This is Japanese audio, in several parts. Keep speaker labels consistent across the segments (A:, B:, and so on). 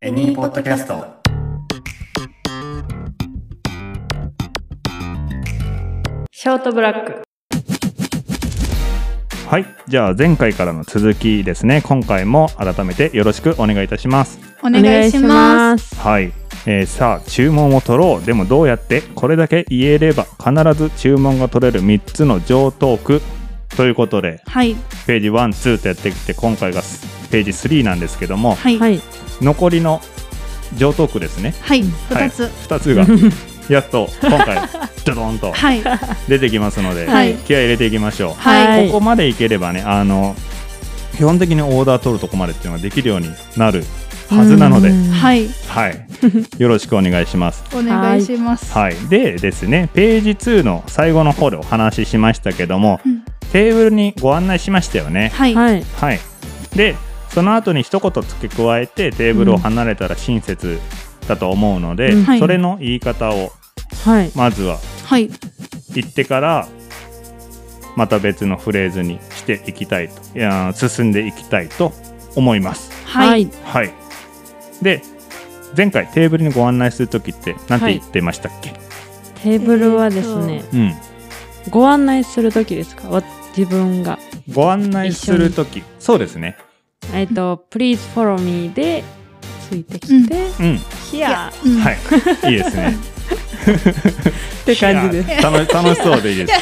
A: エニーポッドキャスト。
B: ショートブラック。
C: はい。じゃあ前回からの続きですね。今回も改めてよろしくお願いいたします。
D: お願いします。
B: す。
C: はい。えーさあ、注文を取ろう。でもどうやってこれだけ言えれば必ず注文が取れる3つの上トーク。ということで、
D: はい、
C: ページ1、2とやってきて、今回がページ3なんですけども、
D: はい、
B: は
D: はい、
B: い。
C: 残りの上トークですね。
D: 二つ。
C: 2つ が、やっと今回、ドドンと
D: はい、
C: 出てきますので、
D: はい
C: 気合い入れていきましょう。
D: は
B: はい。
D: い、
C: ここまでいければねあの基本的にオーダー取るとこまでっていうのができるようになるはずなので、
D: はいい、
C: はいよろしくお願いします。
D: お願いします。
C: はい、でですねページ2の最後の方でお話ししましたけども、
D: うん
C: テーブルにご案内しましたよね。
D: はい、はい、
B: はい。
C: はい、でその後に一言付け加えてテーブルを離れたら親切だと思うので、
B: うん
D: はい
C: それの言い方を
B: はい。
C: まずは
D: はい、
C: 行ってからまた別のフレーズにしていきたいといやー進んでいきたいと思います。
D: はい、。
C: はい、で前回テーブルにご案内する時って何て言ってましたっけ、
B: テーブルはですね、ご案内するときですかわ自分が。
C: うん、ご案内する時そうですね、
B: えっと、please follow me で、ついてきて、
C: うん
B: ヒア
D: うん
C: はい、いいですね。
B: って感じです。
C: いや楽楽しそうでいいです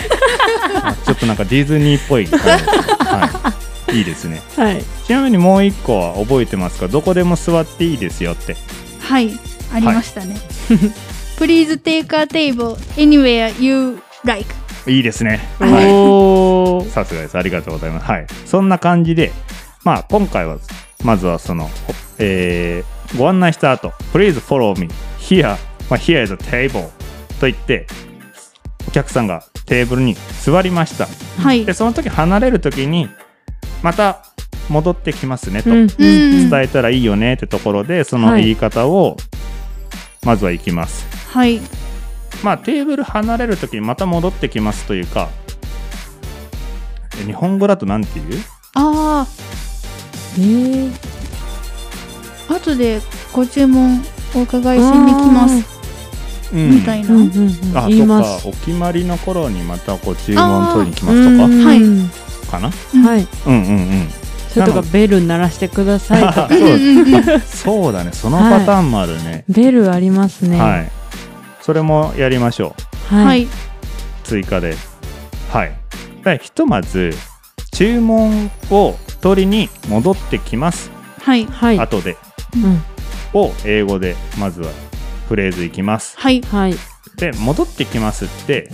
C: あちょっとなんかディズニーっぽい感じです、はい、いいですね
B: はい。
C: ちなみにもう一個は覚えてますかどこでも座っていいですよって
D: はい、ありましたね。Please take a table anywhere you like。
C: いいですねはい
B: おー。
C: さすがです。ありがとうございます。はい。そんな感じで、まあ、今回は、まずはその、えーご案内した後、Please follow me here, まあ、here is a table と言って、お客さんがテーブルに座りました。
D: はい
C: で、、その時離れる時に、また戻ってきますねと、
B: うん。
D: うん、
C: 伝えたらいいよねってところで、その言い方を、まずはいきます。
D: はい、
C: まあテーブル離れる時にまた戻ってきますというかえ日本語だとなんていう
D: あ
B: えー
D: あ、後でご注文お伺いしに来ますみたいな
B: う。んうんうん
C: あ
B: 言い
C: と
B: ま
C: か
B: す。
C: お決まりの頃にまたご注文取りに来ます
B: う
C: と
B: ん
D: はい
C: かかな
B: はい。
C: うんうんうん
B: それとか、ベル鳴らしてくださいと か。
C: あそう
D: うんうんうん
C: そうだねそのパターンもあるね
B: ベルありますね。
C: はい、それもやりましょう
B: は。
D: はいい、
C: 追加ではいでひとまず注文を取りに戻ってきます、
D: はい、
B: はい。
C: 後で
B: うん
C: を英語でまずはフレーズいきます
D: はい、
B: はい。
C: で戻ってきますって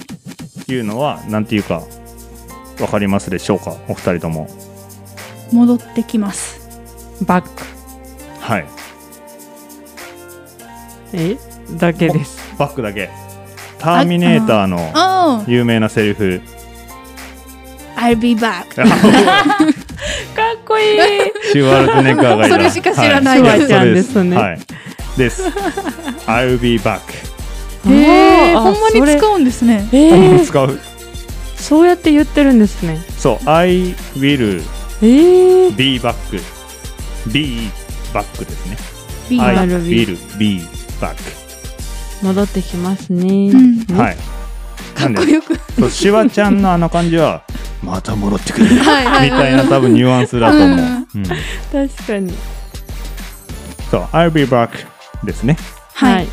C: いうのはなんていうかわかりますでしょうかお二人とも
D: 戻ってきます。
B: バック。
C: はい
B: えだけです。
C: バックだけターミネーターの
D: おー、
C: 有名なセリフ
D: I'll be back。
B: かっこいい。
C: シュワルツェネッガーがいた
D: それしか知らない
C: はい
D: です
C: それ
B: シュワちゃんですね
C: はいです I'll be back
D: へえ、
B: あー
D: ほ
B: あ
D: んまに使うんですね
B: そ。れえー
C: 使う
B: そうやって言ってるんですね。
C: そう I will
B: ええ
C: be back be back ですね
D: Be
C: I
B: back
C: will be back
B: 戻ってきますね。
D: うん
B: ね
C: はいなんで
D: かっこよく。
C: そうシュワちゃんのあの感じはまた戻ってくる
D: はいは
C: みたいな多分ニュアンスだと思う。うん
B: 確かに。
C: そう、I'll be back ですね。
D: は
B: はいい。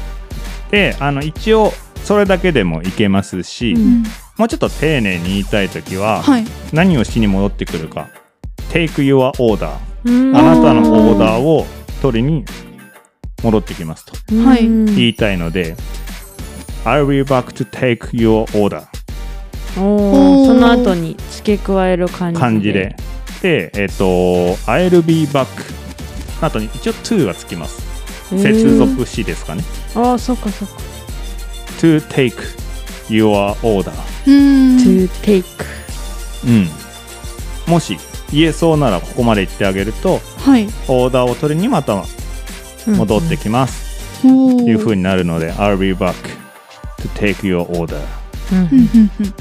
C: で、あの一応それだけでもいけますし、
B: う
D: うんん
C: もうちょっと丁寧に言いたいときは、
D: はい。
C: 何をしに戻ってくるか、Take your order、
B: あ
C: あなたのオーダー
B: を。
C: を取りに戻ってきますと
D: はい
B: うん
C: 言いたいので、I'll be back to take your order
B: お
D: おー
B: ーその後に付け加える感じ。
C: 感じで。。で、えっ、と、I'll be back あとに一応 to がつきます。
B: えー
C: 接。続詞ですかね。
B: ああ、そっかそっか。
C: to take your order、
D: うーん。
B: to take。
C: うん、もし言えそうならここまで言ってあげると
D: はい。
C: オーダーを取りにまた戻って
B: き
C: きますと
D: おー
C: いう風になるので I'll be back to take your order
D: うんうんう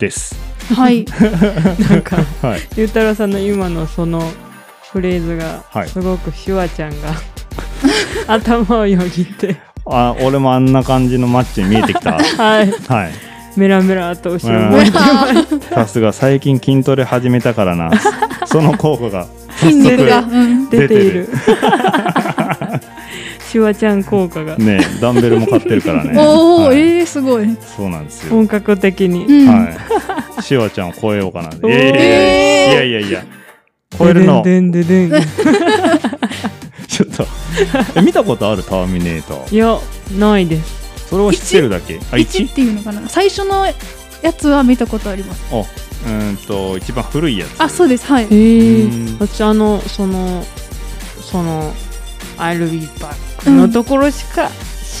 C: です
D: んはい。
B: なんか、
C: はい
B: ゆうたろうさんの今のそのフレーズが、
C: はい
B: すごくシュワちゃんが 頭をよぎって、
C: あ俺もあんな感じのマッチに見えて きた
B: はい、
C: はい
B: メラメラと後ろ
C: う
B: 向いて
C: さすが最近筋トレ始めたからなその効果が
D: 筋肉が、うん、
B: 出てい
C: 出
B: る。 シュワちゃん効果が
C: ねダンベルも買ってるからね
D: おお、
C: はい
D: えー、すごい、
C: そうなんですよ、
B: 本格的
D: う
B: に。
D: ん
C: はいしおちゃんを超えようか な
B: おー
C: いやいやいやいやいやいや超えるの
B: でんでんでんでん
C: ちょっとえ見たことあるターミネーター
B: いや、ないです。
C: それを知ってるだけあ
D: 一
C: 1
D: っていうのかな最初のやつは見たことあります
C: おうーんと一番古いやつ
D: あそうですはい
B: へえ
C: うん。
B: 私、あの、その、その、I'll be back のところしか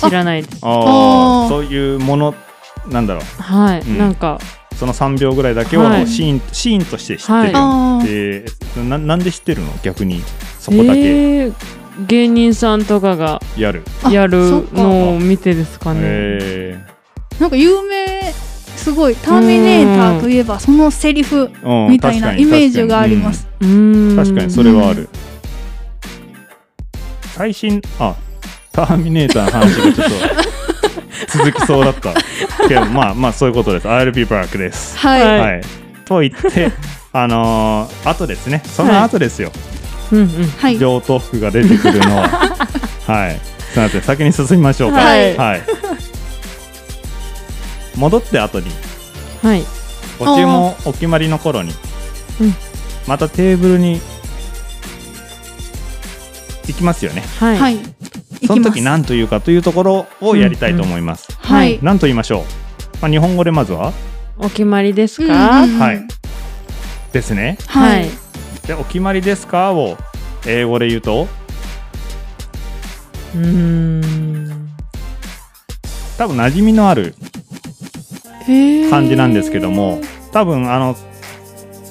B: 知らないです。
C: あ
D: あ
C: あ
D: ー
C: そういうものなんだろ
B: はい、
C: うん
B: なんか、
C: うその3秒ぐらいだけを
B: はい
C: シーン,、シーンとして知ってる、
B: はい
D: あー
C: えーななんで知ってるの逆にそこだけ
B: えー芸人さんとかが
C: やる、
D: あ
B: や
D: そっ
B: る
D: か
B: のを見てですかね。
C: え
D: なんか有名すごい「ターミネーター」といえばそのセリフ
C: ーうん
D: みたいな
C: 確かに
D: イメージがあります、
B: うーん
C: 確かにそれはある、最新あターミネーターの話がちょっと続きそうだったけどまあまあそういうことです I'll be back です
D: はい、
B: は
C: はいい、と言ってあのー、あとですねその後ですよ、
B: うんうん。
D: はい
C: 上等服が出てくるのははいすいません先に進みましょうかは、
D: はいい
C: 戻って後に
B: はい。
C: ご注文お決まりの頃に、
B: うん
C: またテーブルに行きますよね
B: はい。
D: はい
C: そ
D: 行き
C: の
D: ます
C: 時何というかというところをやりたいと思います、
D: は
B: う
D: い、
C: 何と言いましょう、まあ、日本語でまずは
B: お決まりですか、
D: うんうんうん
C: はいですね
D: はい、
C: でお決まりですかを英語で言うと
B: うーん。
C: 多分馴染みのある感じなんですけども、多分あの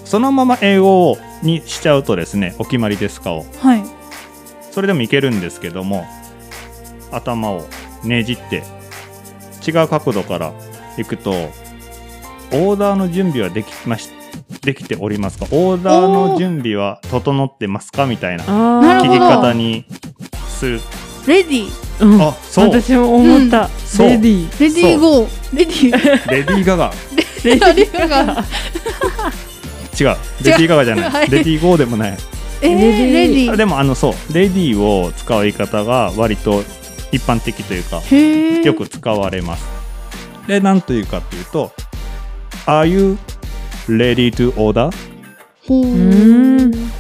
C: そのまま英語をにしちゃうとですねお決まりですかを
D: はい、
C: それでもいけるんですけども頭をねじって違う角度からいくとオーダーの準備はできましできておりますかオーダーの準備は整ってますかみたいな
B: あ
D: な
B: あ。
D: る
C: 切
D: ほ
C: り
D: ど
C: 方にする
D: レディー
B: うん
C: あそう
B: 私も思った。
C: そう
B: レディー。
D: レディーゴーレディー
C: レディー・ガガ
B: レデ
D: レディーガ
C: 違う
D: ガ
C: レディー・ガガじゃない、
D: はい
C: レディー・ゴーでもない
D: えー、
B: レ
D: レ
B: デ
D: デ
B: ィ
D: ィ
C: あ
D: ー
C: でもあのそうレディーを使う言い方が割と一般的というか
D: へー
C: よく使われます。で、なんというかっていうと、Are you ready to order?
D: ほう
B: ーん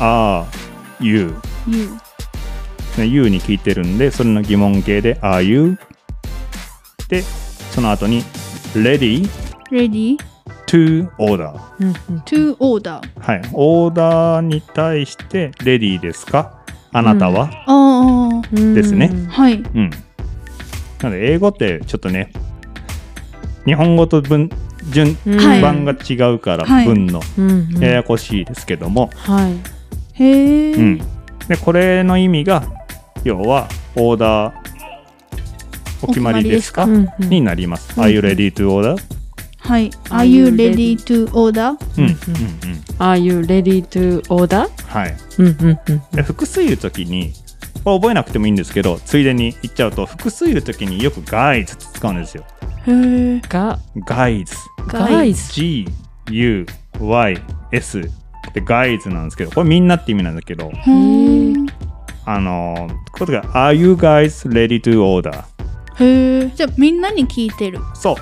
C: Are you?
D: ゆ
C: ね you に聞いてるんで、それの疑問形で Are you? で、その後に ready
D: レディー
C: to order。
B: うん
D: トゥーオーダー
C: はい。オーダーに対してレディーですかあなたは、
D: あ
B: うんうん
C: ですね
D: あはい
C: うん、なので、英語ってちょっとね、日本語と文順
B: うん
D: はい
C: 番が違うから、
D: はい
C: 文の
B: うんうん
C: ややこしいですけども、
B: はい。
D: へえ、
C: うん、でこれの意味が要はオーダーお決まりですか
B: うんうん
C: になります。
B: うん
C: Are you ready to order?
D: はい
B: Are
D: Are
B: you
D: you ready to order?
C: うんうんう
B: うん
C: ん、
B: Are you ready to order?
C: はい、
B: うんうんうん。
C: で複数言う時にこれ覚えなくてもいいんですけどついでに言っちゃうと複数言う時によく guys って使うんですよ。
D: へえ
B: が、
C: guys
B: ガイズ。
C: G-U-Y-S で guys なんですけどこれみんなって意味なんだけど
D: へえ
C: あのーこれが Are you guys ready to order?
D: へえじゃあみんなに聞いてる
C: そう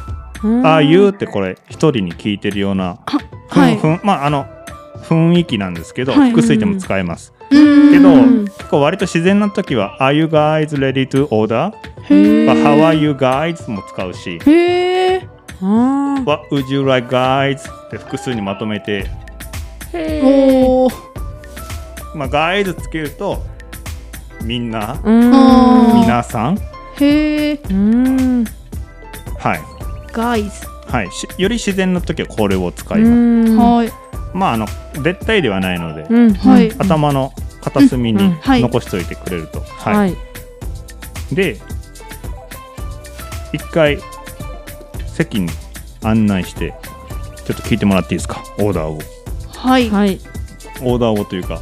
B: うん
C: ああいうってこれ一人に聞いてるような
D: は
C: ふん
D: はい
C: ふんまああの雰囲気なんですけど、
D: はい
C: 複数でも使えます、
D: うん
C: けど、
B: うん
C: 結構割と自然な時は「Are you guys ready to order?」
D: へ
C: まあ How are
D: え
C: you guys?」も使うし
D: へえ
B: あ
C: 「What would you like guys?」って複数にまとめて
B: ーへー
D: おお
C: まあ「guys」つけるとみんな
B: うーん
D: あ
C: 皆さん
D: へえ
B: うーん。
C: はい、
D: guys
C: はい、しより自然な時はこれを使
B: う
C: います、
B: ん
D: はい
C: まああの絶対ではないので、
B: うん。
D: はい
C: 頭の片隅
B: うんう
C: に
B: ん
D: はい
C: 残しておいてくれると、はい
B: はい。
C: で一回席に案内してちょっと聞いてもらっていいですかオーダーを
D: はい
B: はい。
C: オーダーをというか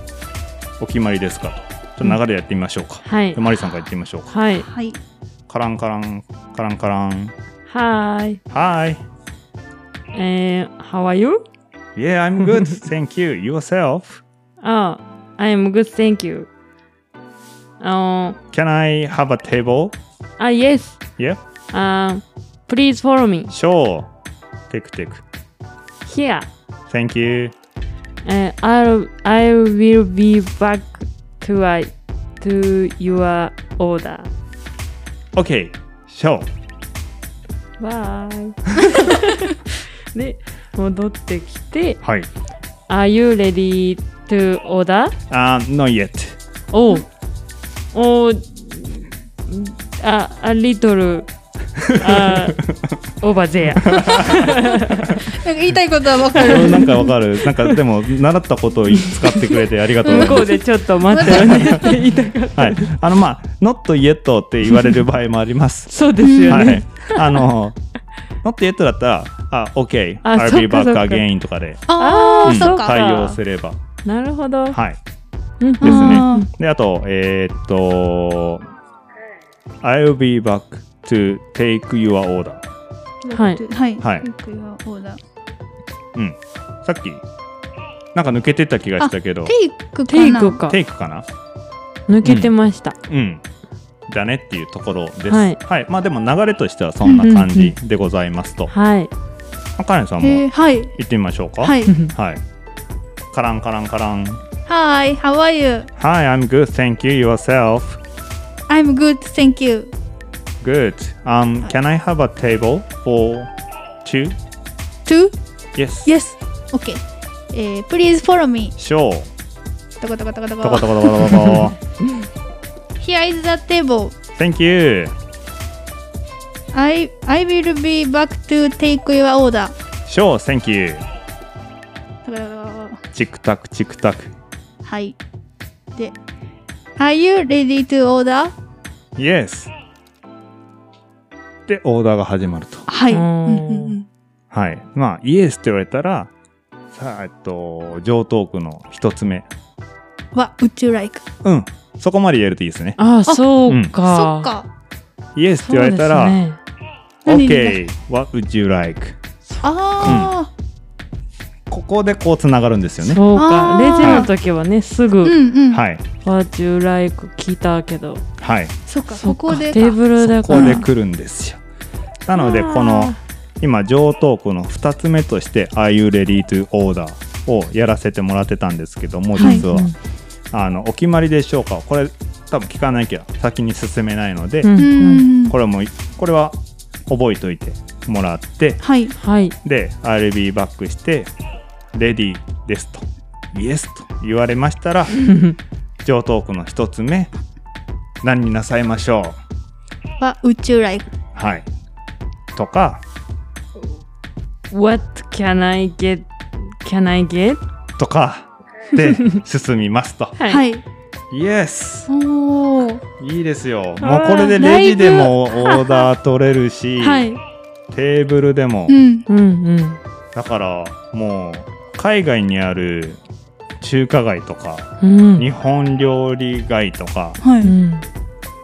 C: お決まりですかとちょっと流れやってみましょうか、
B: はい
C: でマリさんからやってみましょうか
B: はい
D: はい。
C: カランカランカランカラン
B: はーい
C: はーい
B: えー、How are you?
C: Yeah I'm good thank you yourself
B: あ、oh, I'm good thank you あ
C: Can I have a table?
B: のあ Yes
C: Yeah
B: あ Please follow me
C: Sure Take take
B: here
C: Thank you
B: えー I'll, I will be back to, I, to your order
C: OK Sure
B: Bye で戻ってきて
C: はい
B: Are you ready to order?
C: あ、Not yet
B: おうおうあ、a little あ over there
D: なんか言いたいことはわかる。
C: うんなんかわかるなんかでも習ったことを使ってくれてありがとうござい
B: 向こ
C: ます
B: うでちょっと待ってよねって言いたかった
C: はい、あのまあ「not yet」って言われる場合もあります。
B: そうですよ
C: は
B: ね、
C: い、あの「not yet」だったら「あ OK
B: あ
C: I'll
B: そっ
C: be
B: か
C: back
B: そっか
C: again」とかで、
D: あ
B: あ
D: あ、
C: う
B: ー
C: ん
D: そっ
B: か
D: か。
C: 対応すれば
B: なるほど
C: はい
B: うん
C: です
D: あ
C: ね。であとえーっと「I'll be back to take your order
B: はい
D: はい。
C: はい
D: よく言うオーダー。」
C: うんさっきなんか抜けてた気がしたけど
D: テイクか
B: テイ
D: な。
B: クか
C: テイクかな
B: 抜けてました、
C: うんだねっていうところです。は
B: はいい、
C: まあでも流れとしてはそんな感じでございますと。
B: はい
C: まあカレンさんも
D: えーはい。
C: 行ってみましょうか。
D: はい。
C: はい。カランカランカラン。
D: Hi, how are you?
C: Hi, I'm good. Thank you. Yourself?
D: I'm good, thank you.
C: Good. Um, can I have a table for two?
D: To?
C: Yes.
D: Yes. Okay. えー Please follow me.
C: Sure.
D: とことことこと
C: とこ
D: こと
C: こ
D: と。
C: とことこ
D: Here is the table.
C: と。Thank you.
D: I, I will be back to take your order.
C: Sure. Thank you.
D: とことことこと
C: チクタクチクタク。
D: はい。で、Are you ready to order?
C: Yes. で、オーダーが始まると。
D: はい。
B: う
D: うんんうんうん
C: はい。まあ、イエスって言われたら、さあ、えっと、上等句の一つ目。
D: What would you like?
C: うん。そこまで言えるといいですね。
B: あそう
D: そ
B: か、
D: っか。
C: イエスって言われたら、
B: そうですね
C: OK, what would you like?
D: あ
C: ここでこうつながるんですよね。
B: そうか
D: あ
B: レ
D: ー
B: ジの時はねすぐ
D: あ。うんうん。
C: はい。
B: 「What you like」聞いたけど
C: はい。
D: そっか、
B: そ
D: こ
B: っ
D: こ
B: か
D: で
B: テ
D: か。
B: ーブルだ
C: ここ
B: か
C: で
B: ら
C: 来るんですよ。なので、
B: あー
C: この、今、上等句の2つ目として、Are you ready to order? をやらせてもらってたんですけども、
D: はい
C: 実は、あの、お決まりでしょうかこれ、多分聞かないけど、先に進めないので、
B: うん
D: う
B: うん
D: ん。
C: これも、これは覚えといてもらって、
D: はい。
B: はい
C: で、I'll be back して、Ready ですと、Yes と言われました ら、上等句の一つ目何になさいましょう
D: What would you like?
C: はいとか
B: What can I get? Can I get?
C: とか で進みますと
B: は
D: はい。
C: イエス
D: おー。
C: いいですよもう
B: あー
C: これでレジでもオーダー取れる し、
D: はい。
C: テーブルでも、
D: うん。
B: うんうん
C: だからもう海外にある中華街とか
B: うん
C: 日本料理街とか
D: は
B: う
D: い。
B: ん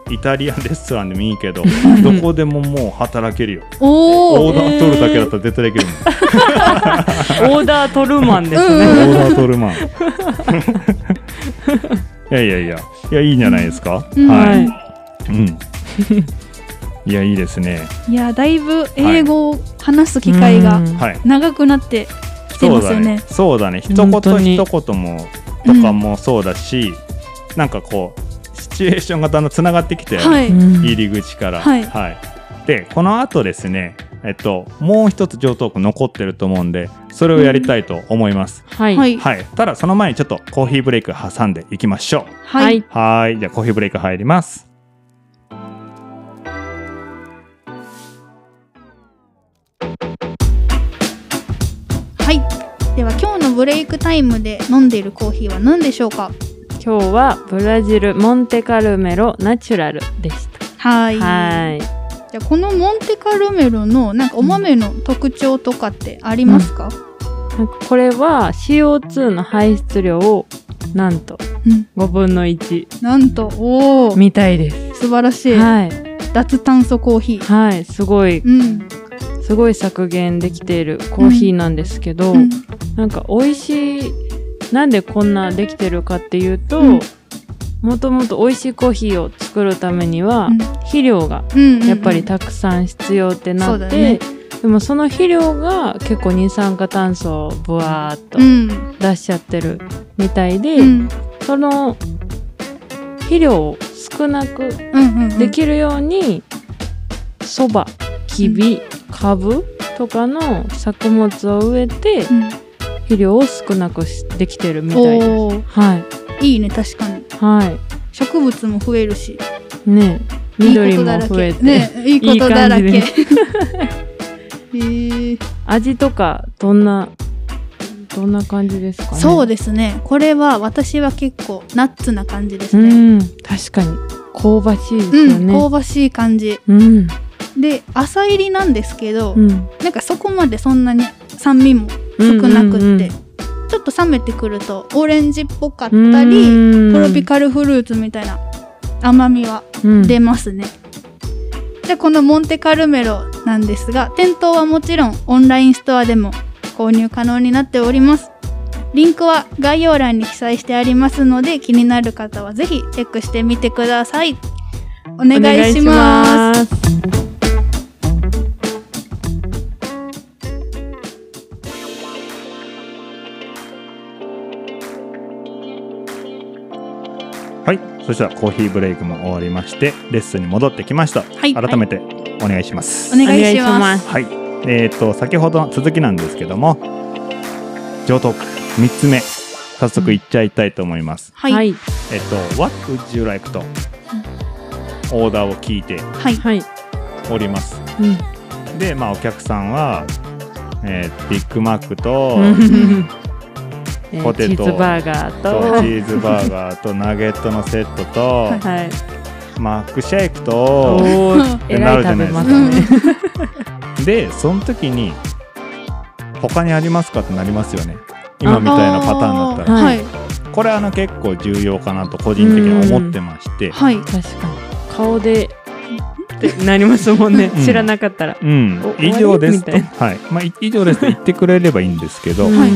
C: イタリアンレストランでもいいけどどこでももう働けるよ
D: お
C: オ
D: ー。
C: ーダー取るだけだったら絶対できるもん
B: オーダートルマンで
D: う
B: す
D: ん
B: ね
D: うん
C: オーダートルマン。いやいやいや、いや、いいんじゃないですか。
D: うん
C: は
B: はい
C: い。うん。いや、いいですね。
D: いや、だいぶ英語を話す機会が
B: うん
C: はい。
D: 長くなってきて
C: そ
D: ま
C: う
D: すよ
C: だね。
D: ね。
C: そうだね。一言
B: 本当に
C: 一言も、とかもそうだし。なんかこう、シチュエーションがだんだんつながってきて、
D: はい。
C: 入り口から。
D: はい
C: で、この後ですね。えっと、もう一つ上等句残ってると思うんで、それをやりたいと思います。
B: はい
D: はい。
C: はい。ただ、その前にちょっとコーヒーブレイク挟んでいきましょう。
B: は
D: はい。
B: い
C: はい。じゃあコーヒーブレイク入ります。
D: はい。では、今日のブレイクタイムで飲んでいるコーヒーは何でしょうか
B: 今日はブラジルモンテカルメロナチュラルでした
D: はい。
B: はい
D: じゃあこのモンテカルメロのなんかお豆の特徴とかってありますか？
B: うなんかこれは CO2 の排出量をなんと
D: うん
B: 5分の1
D: なんと、おお、
B: みたいです。
D: 素晴らしい。
B: はい。
D: 脱炭素コーヒー。
B: はい。すごい、
D: うん。
B: すごい削減できているコーヒーなんですけど、
D: うん
B: なんか美味しい、なんでこんなできてるかっていうと、
D: うん
B: もともと美味しいコーヒーを作るためには、
D: うん
B: 肥料が
D: うん。
B: やっぱり
D: た
B: たくさん必要ってな
D: そう
B: って、
D: だね
B: でもその肥料が結構二酸化炭素をブワーっと
D: うん。
B: 出しちゃってるみたいで、
D: うん。
B: その肥料を少なく
D: うん。うん
B: で、きるようにそば、きび、かぶとかの作物を植えて
D: うん。
B: 肥料を少なくしできてるみたいです。
D: おお、
B: はい
D: いいね、確かに。
B: は
D: 植物も増えるし。
B: いね緑
D: いいこ
B: も
D: とだらけ
B: 増えて、
D: ね、いいことだらけ。
B: いい 感
D: へえ。
B: 味とかどんなどんな感じですかね。
D: そうですね。これは私は結構ナッツな感じですね。
B: うん、確かに香ばしいです
D: う
B: よ
D: ん、香
B: ね。
D: ばしい感じ。
B: うん、
D: で、朝入りなんですけど、
B: うん、
D: なんかそこまでそんなに酸味も少なくって、ちょっと冷めてくるとオレンジっぽかったり、トロピカルフルーツみたいな甘みは
B: ル
D: 出ますね。で、このモンテカルメロなんですが、店頭はもちろんオンラインストアでも購入可能になっております。リンクは概要欄に記載してありますので、気になる方はぜひチェックしてみてください。お願いします。
B: す。
C: はいそしたらコーヒーブレイクも終わりましてレッスンに戻ってきました
D: はい、
C: 改めてお願いします
D: お願いし
B: お
D: ま
B: 願い
D: す。
B: し
C: はいえー、と先ほどの続きなんですけども上トーク3つ目早速いっちゃいたいと思います、
D: はい、は、
B: はいい、
C: えっと「What would you like?」とオーダーを聞いて
B: はい、
C: おります
B: うん
C: でまあお客さんは、えービッグマックと、
B: うんえー
C: ポテト
B: チーズバーガーと、
C: そう
B: は
C: チ
B: い
C: ーズバーガ ーとナゲットのセットと、
B: はい、
C: マックシェイク
B: お
C: と
B: ーえらい食べます
D: なるじゃないで
B: ね。
C: でその時に他にありますかってなりますよね今みたいなパターンだったら
D: は
B: はいい、
C: これあの結構重要かなと個人的に思ってまして
D: はい、
B: 確かに顔でってなりますもんね
C: うん。
B: 知らなかったら。
C: うん
B: お
C: 以上ですと
B: 終わりみ
C: はい、まあ、い 以上ですと言ってくれればいいんですけど、
B: うん
D: はい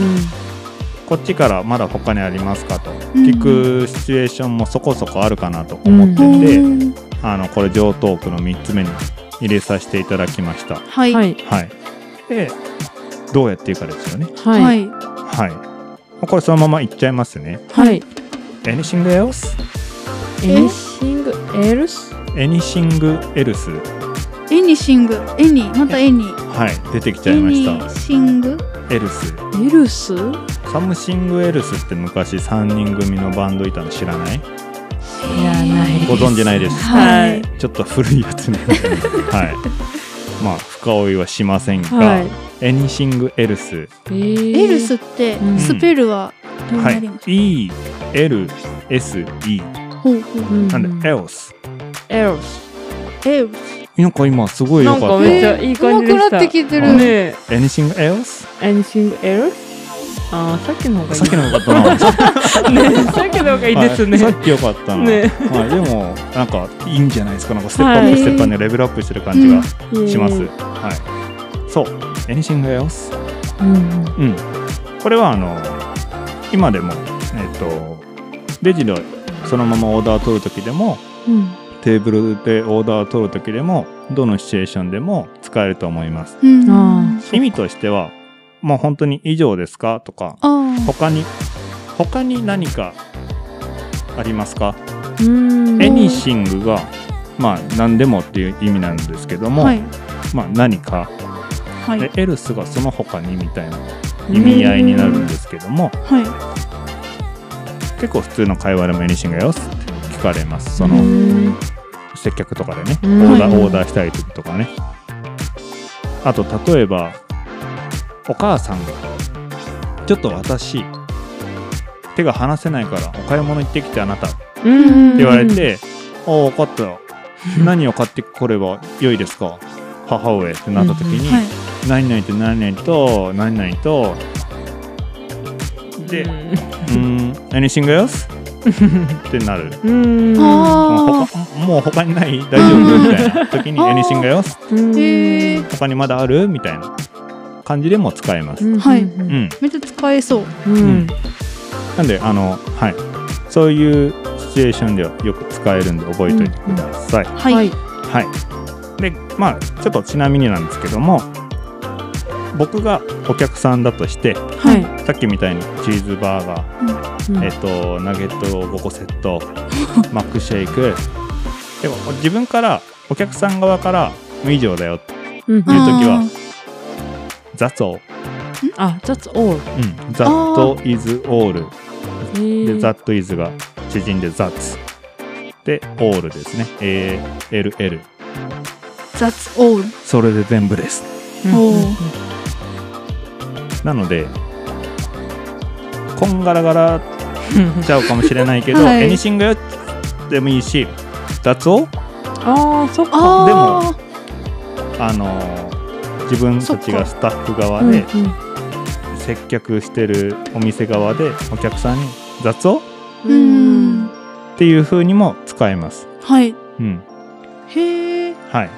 C: こっちからまだ他にありますかと聞くシチュエーションもそこそこあるかなと思ってて、
D: うん
C: あのこれ上等区の3つ目に入れさせていただきました。
D: はい、
B: は
D: はい、
B: い、
C: はい、でどうやっていくかですよね。
B: は、
D: はいい、
C: はい。これそのままいっちゃいますね。
B: はい。
C: Anything else?
B: エニシングエルス
C: Anything else?
D: エニシング、エニ、またエニ、
C: はい、出てきちゃ
D: エ
C: いまし
D: ニ
C: た。
D: シング、
C: else。
B: エルス
C: サムシングエルスって昔3人組のバンドいたの知らない
B: いやないです
C: ご存知ないです。
B: は
D: はい
B: い。
C: ちょっと古いやつね。 はい。まあ、深追いはしませんが、
B: はい。
C: Anything else。
B: えー
D: エルスって
B: うん
D: スペルはどう
C: は
D: ないります。
C: E、L、S、E。
D: ほうほう
B: うん
C: なんで、else。
B: エルス
D: エル
C: なんか今すごい良
B: なん
C: か
B: か
C: っ
B: めっち
C: た。
B: ゃいい感じでした
D: うまくなってきて
C: る
B: ねえ
C: Anything else?
B: Anything else? あーさっきの方がいい
C: さっきの良かったな。
B: ね さっきの方がいいですね
C: はいさっきよかったな、
B: ね
C: はい、でもなんかいいんじゃないですかなんかステップアップ
B: はい
C: ステップアップねレベルアップしてる感じがします、
B: イエ
C: はいそう Anything else?
B: ーイうんうん
C: うんこれはあの今でもえっ、とレジでそのままオーダー取る時でも
B: うん
C: テーブルでオーダー取る時でもどのシチュエーションでも使えると思います
D: うん。
B: あ
C: 意味としてはもう本当に以上ですかとか
D: あー。
C: 他に他に何かありますか
B: うん
C: エニシングが、まあ、何でもっていう意味なんですけども、
D: はい
C: まあ、何か、
D: はい
C: でエルスがその他にみたいな意味合いになるんですけども、
D: は
C: 結構普通の会話でもエニシングよって聞かれます。そ
B: うん
C: の接客とかでね、
B: うん
C: オーダー
D: はい
C: オーダーしたりとかね。あと例えばお母さんが「ちょっと私手が離せないからお買い物行ってきてあなた」
B: うん
C: って言われて「ああ分かった よ何を買ってこれば良いですか母上」ってなった時
D: い
C: に
D: はい。
C: 「何々と何々と何々として「うーん anything else?」ってなる
B: うん。うん。
C: もう
D: あ
C: 他もう他にない大丈夫みたいな時に「
D: あー
C: anything else?
D: あへえ
C: 他にまだある?」みたいな感じでも使えます。
D: は
C: う
D: い
C: ん、
D: めっちゃ使えそう
B: うん。
C: なんであの、はい、そういうシチュエーションではよく使えるんで覚えておいてください。
D: はい、
B: はい。
C: はい、でまあちょっとちなみになんですけども僕がお客さんだとして
B: はい。
C: さっきみたいにチーズバーガー、
B: うん
C: えっとナゲット5個セットマックシェイクでも自分からお客さん側から無以上だよ
B: う
C: 言う
B: ん
C: 時は
D: あー
C: 雑を、
B: あ、that's all。
C: うん、雑と is all
B: え
C: で
B: ー
C: that is が縮んで雑で all ですね ALL
D: That's all
C: それで全部です
B: うん
D: お
B: う
D: ー
B: ん
C: なのでこんがらがら
B: うん
C: ちゃうかもしれないけど、
D: はい
C: エニシングよでもいいし雑を
B: ああ、そっか。
D: あー
C: あのー自分たちがスタッフ側
B: うんう
C: で
B: ん
C: 接客してるお店側でお客さんに雑を
D: うん
C: っていう風にも使えます。
D: はい
C: うん、
D: へえ
C: はい。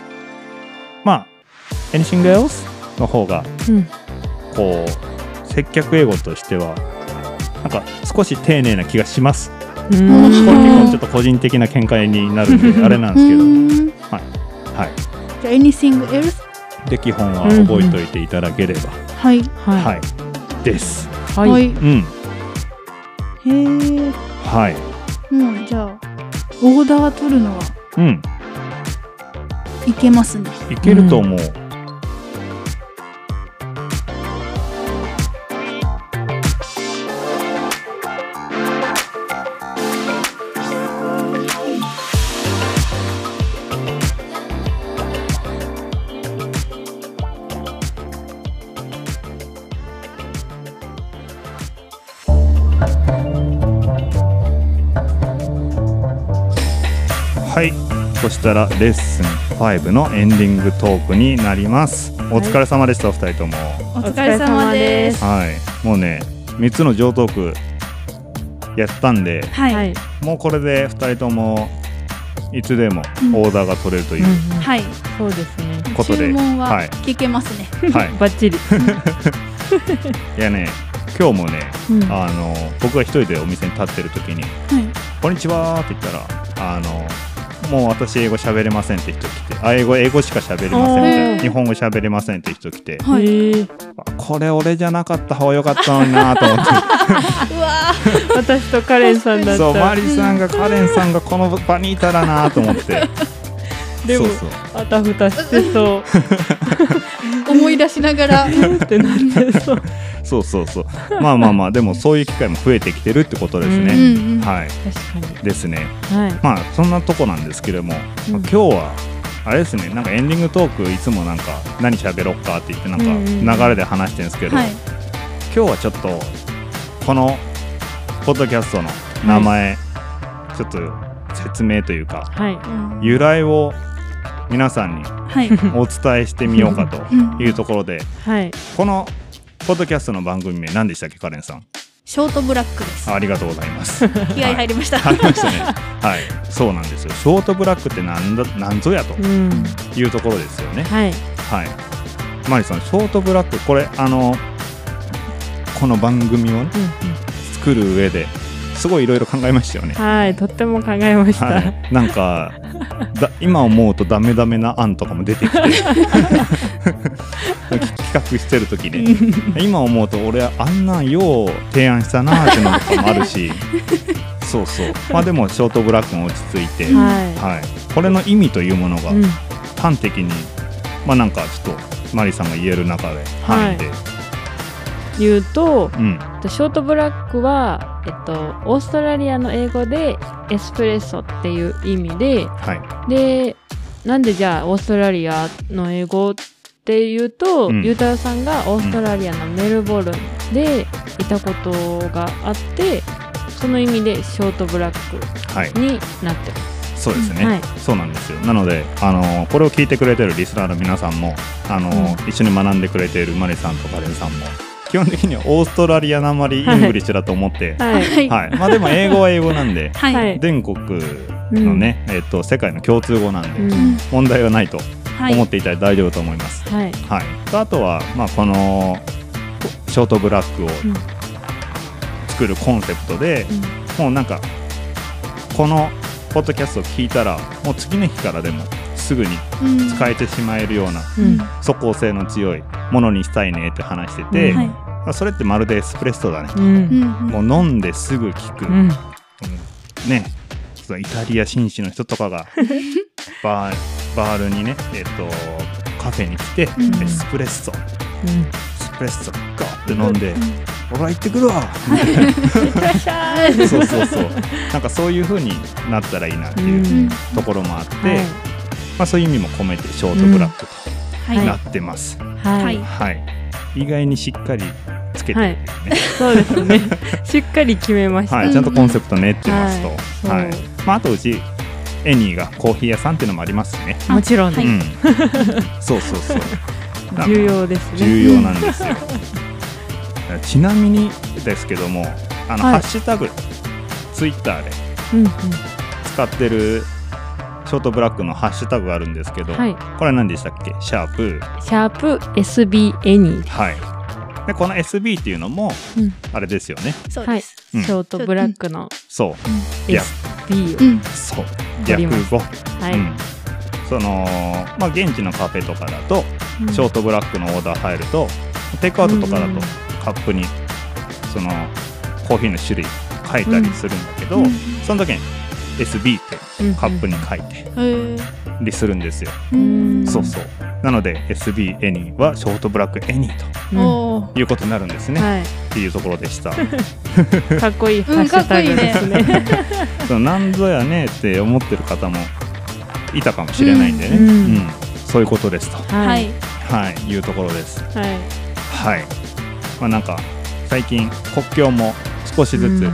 C: まあ、anything else の方が
B: うん。
C: こう接客英語としてはなんか少し丁寧な気がします。
B: うん
C: これ
D: うん
C: 結構ちょっと個人的な見解になるんであれなんですけど、
D: ん
C: はい。
D: じゃあ anything else
C: で基本は覚えておいていただければ、
D: はい
B: は。
C: はいいです。
B: はい。
D: はい
C: うん、
D: へえ
C: はい、
D: もうじゃあオーダー取るのは
C: うん、
D: いけますね
C: いけると思う。はい、そしたらレッスン5のエンディングトークになります。お疲れ様でした、お二人とも。
D: お疲れ様です
C: はい、もうね、3つの上トークやったんで、
D: は
B: はいい。
C: もうこれで二人ともいつでも
D: うん
C: オーダーが取れるといううん
D: はい
B: そうですね。
C: ことで、
D: 注文は
C: はい、
D: 聞けます ね
C: はい、
B: バッチリ。
C: いやね、今日もね、
B: うん
C: あの僕が一人でお店に立ってる時に「こんにちは」って言ったら「あのもう私英語喋れません」って人来て「あ英語英語しか喋れません」みたい
D: お
C: な「
D: ー
C: 日本語喋れません」って人来て
D: はいはい
B: えー
C: あこれ俺じゃなかった方が良かったのになと思って
D: うわ
B: 私とカレンさんだっ
C: そう
B: た
C: マ
B: ら
C: リさんがカレンさんがこの場にいたらなと思って
B: でも
C: そうそう
B: あたふたしてそう
D: ー思い出しながら
B: ってなってそう
C: そうそうそうまあまあまあでもそういう機会も増えてきてるってことです
D: う
C: ね、
D: んうん
C: はい
B: 確か
C: ですね
B: にはい
C: まあそんなとこなんですけれども、
B: うん
C: まあ今日はあれですねなんかエンディングトークいつもなんか何喋ろっかって言ってなん
B: うんうん
C: か流れで話してるんですけど、
D: はい
C: 今日はちょっとこのポッドキャストの名前、ちょっと説明というか
B: はい
D: うん
C: 由来を皆さんに
D: はい
C: お伝えしてみようかと
D: うん
C: いうところで
B: はい
C: このポッドキャストの番組名何でしたっけカレンさん
D: ショートブラックです
C: あありがとうございます
D: 気合入りました
C: ありましたねはいそうなんですよショートブラックってなんだなんぞやと
B: うん
C: いうところですよね
B: はい
C: はい。マリさん、ショートブラック、これ、あの、この番組をね、
B: うんうん
C: 作る上で、すごいいろいろ考えましたよね。
B: はいとっても考えました
C: は
B: はい
C: い。なんか、だ今思うとダメダメな案とかも出てき て、企画してる時に、今思うと俺あんなんよう提案したなーってのとかもあるし、そうそう。まあでも、ショートブラックも落ち着いて、
D: ん
B: は
C: はい。これの意味というものが、
B: いうん
C: 端的にまあなんかちょっとマリさんが言える中で範囲で、
B: 言うと
C: うん
B: ショートブラックはえっとオーストラリアの英語でエスプレッソっていう意味で
C: はい
B: でなんでじゃあオーストラリアの英語っていうと、
C: うん
B: ゆうたろうさんがオーストラリアのメルボルンでいたことがあってその意味でショートブラッ
C: はい
B: クになってます。
C: そうですね、
B: うんはい
C: そうなんですよなのであのーこれを聞いてくれてるリスナーの皆さんもあのー、一緒に学んでくれているマリさんとカレンさんも基本的にはオーストラリアなまりイングリッシュだと思って、は
B: はい
D: はい
C: い、まあでも英語は英語なんで、
D: はい、
B: はい
C: 全国のね、えっと世界の共通語なんで、
B: うん
D: うん
C: 問題はないと
D: はい
C: 思っていただいて大丈夫と思います。
B: はい
C: はい、とあとは、まあ、このショートブラックを
B: ん
C: 作るコンセプトで、もうなんかこのポッドキャストを聞いたらもう次の日からでもすぐに
D: うん
C: 使えてしまえるような
B: う
D: うんん
C: 即効性の強いものにしたいねって話してて、
B: うん
D: はい
C: まあそれってまるでエスプレッソだね、
B: う
D: うんんうん
C: もう飲んですぐ聞く、
B: う
C: うん
B: ん
C: ねそのイタリア紳士の人とか がバーバールにね、えっとカフェに来て、
D: うん
C: エスプレッソエスプレッソガーって飲んで
D: うん
C: 「俺は行ってくるわ!」みたいなそうそう そうなんかそういう風になったらいいなっていううんところもあって、
B: はい
C: まあ、そういう意味も込めてショートブラックと
D: はい
C: なってます、
B: は
D: はいい
C: はい意外にしっかりつけてるね、
B: そうですねしっかり決めました
C: はい
D: うん
C: ちゃんとコンセプト練ってますと、
B: は
C: はいい
B: そう
C: まあ、あとうちエニーがコーヒー屋さんっていうのもありますしね、
D: あ
B: もちろんです
D: は
C: う
D: い
C: んそうそうそうなんか
B: 重要ですね
C: 重要なんですよちなみにですけどもあの、
B: はい
C: ハッシュタグツイッターで
B: うんうん
C: 使ってるショートブラックのハッシュタグがあるんですけど、
B: はい
C: これは何でしたっけシャープ
B: シャープ SB エニーで
C: はいでこの SB っていうのも
B: すうん
C: あれですよね
D: そう
B: は
D: で
B: い
D: す、
C: うん
B: ショートブラックの
C: そういや
B: SB を
D: うん
C: そう
B: 取
C: 略
B: ります
C: 語、
B: は
C: う
B: い
C: んそのまあ現地のカフェとかだと、
B: うん
C: ショートブラックのオーダー入るとテイクアウトとかだ
B: うんうん
C: とカップにそのコーヒーの種類書いたりするんだけど、
D: うん
C: その時に SB ってカップに書いて
D: へえ
C: りするんですよ、
D: うん
C: そうそうなので SB エニーはショートブラックエニー
B: うん
D: おー
C: ということになるんですね、
B: は
C: っていうところでした
B: いかっこいいハッシュタグですね
C: そのなんぞやねって思ってる方もいたかもしれないんでね、
B: う
C: うんんそういうことですと、
D: は
B: はいい
C: はい、いうところです
B: はい
C: はいまあなんか最近国境も少しずつ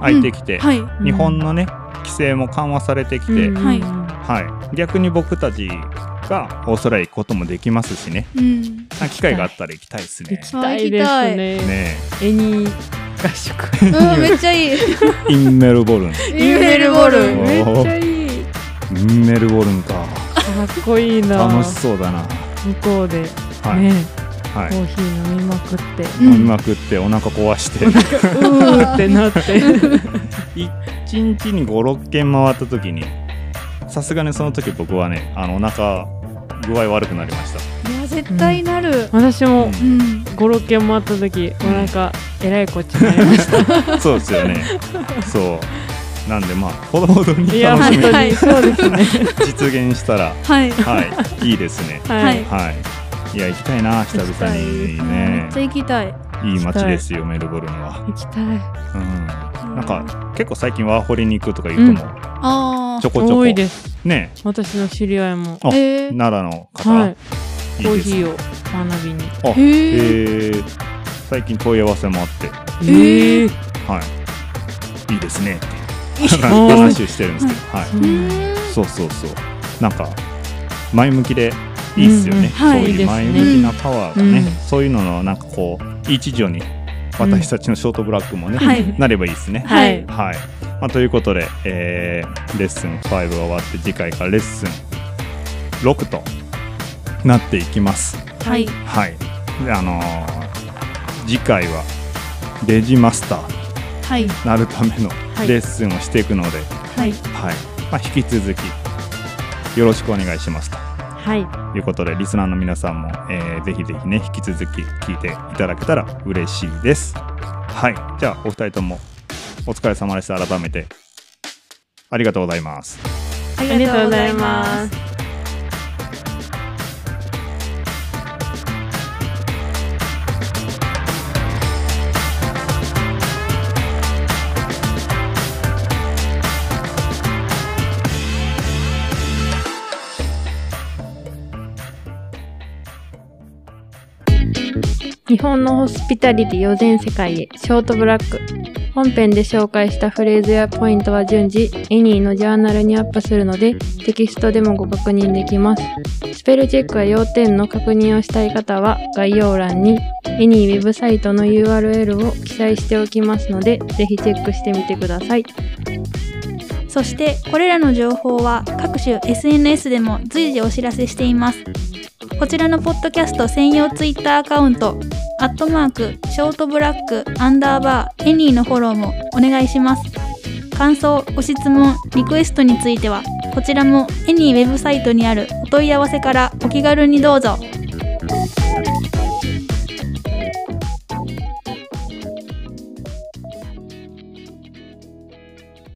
C: 開いてきて、
D: はい
B: うん
C: 日本のね規制も緩和されてきて、
B: うん
D: はい
C: はい、逆に僕たちがオーストラリア行くこともできますしね
D: うん
C: なんか機会があったら行きたいですね
B: 行き。
D: あ
B: た
D: 行
B: い
D: き
B: で
D: たい
B: すね
C: ね
B: エニー合宿
D: うんめっちゃいい
C: えインメルボルン。
D: インメルボル
C: ン
B: めっちゃいいか
C: インメルボルンか。
B: っこいいな
C: 楽しそうだな。
B: 向こうでね
C: はい。は
B: コ
C: い。
B: ーヒー飲みまくって
D: う
C: 飲み
D: ん
C: まくってお腹壊して
B: うーってなって
C: 一日に56軒回った時にさすがにその時僕はねあのお腹具合悪くなりました
D: いや絶対なる
B: 私も
D: うん
B: 56軒回った時お腹えらいこっちゃになりまし
C: そうですよねそうなんでまあほどほど
B: たい
C: に
B: や
C: 楽
B: 本
C: しみ
B: 当
C: に
B: にそうですね
C: 実現したら
D: はい
C: はいいいですね
B: はい
C: はいいや行きたいな久々に
D: うんめ
C: ね
D: っちゃ行きたい
C: いい街
B: たい
C: ですよメルボルンは
B: 行きたい
C: うんなんか結構最近ワーホリに行くとか言うとも
D: あ
C: ちょこちょこ
B: 多いです
C: ね
B: 私の知り合いも
C: あ
D: あへえ
C: 奈良の
B: は
C: 方
B: い
C: い
B: コー
C: いです
B: ヒ
C: ね
B: ーを学びに
C: あ
D: へー
C: へえ最近問い合わせもあって
D: へー
B: え
C: はい。いいですね って
B: ー
C: 話をしてるんですけど、は
B: そう
D: う
B: なんだ
D: ん
C: い。そうそうそう。なんか前向きでいいっすよ
B: うんうん
C: ね。
D: はい
C: そう
B: いい
C: い
B: で
C: う
B: す
C: 前
B: ね
C: 向きなパワーがね、
B: うん
C: そういうののなんかこう一助に私たちのショートブラックもね、
D: はい
C: なればいいですね。
B: はい
C: はい。まあ、ということで、えーレッスン5が終わって次回からレッスン6となっていきます。
D: はい
C: はい。であのー次回はレジマスター。
D: はい
C: なるための
B: い
C: レッスンをしていくので、
D: はい
C: はいまあ、引き続きよろしくお願いしますと
B: はい
C: いうことでリスナーの皆さんも、えーぜひぜひね引き続き聞いていただけたら嬉しいですはいじゃあお二人ともお疲れ様でした改めてありがとうございます
D: あ
B: ありがとうございます日本のホスピタリティを全世界へショートブラック
E: 本編で紹介したフレーズやポイントは順次、エニーのジャーナルにアップするので、テキストでもご確認できます。スペルチェックや要点の確認をしたい方は、概要欄にエニーウェブサイトの URL を記載しておきますので、ぜひチェックしてみてください。
D: そしてこれらの情報は各種 SNS でも随時お知らせしていますこちらのポッドキャスト専用ツイッターアカウントアットマークショートブラックアンダーバーエニーのフォローもお願いします感想ご質問リクエストについてはこちらもエニーウェブサイトにあるお問い合わせからお気軽にどうぞ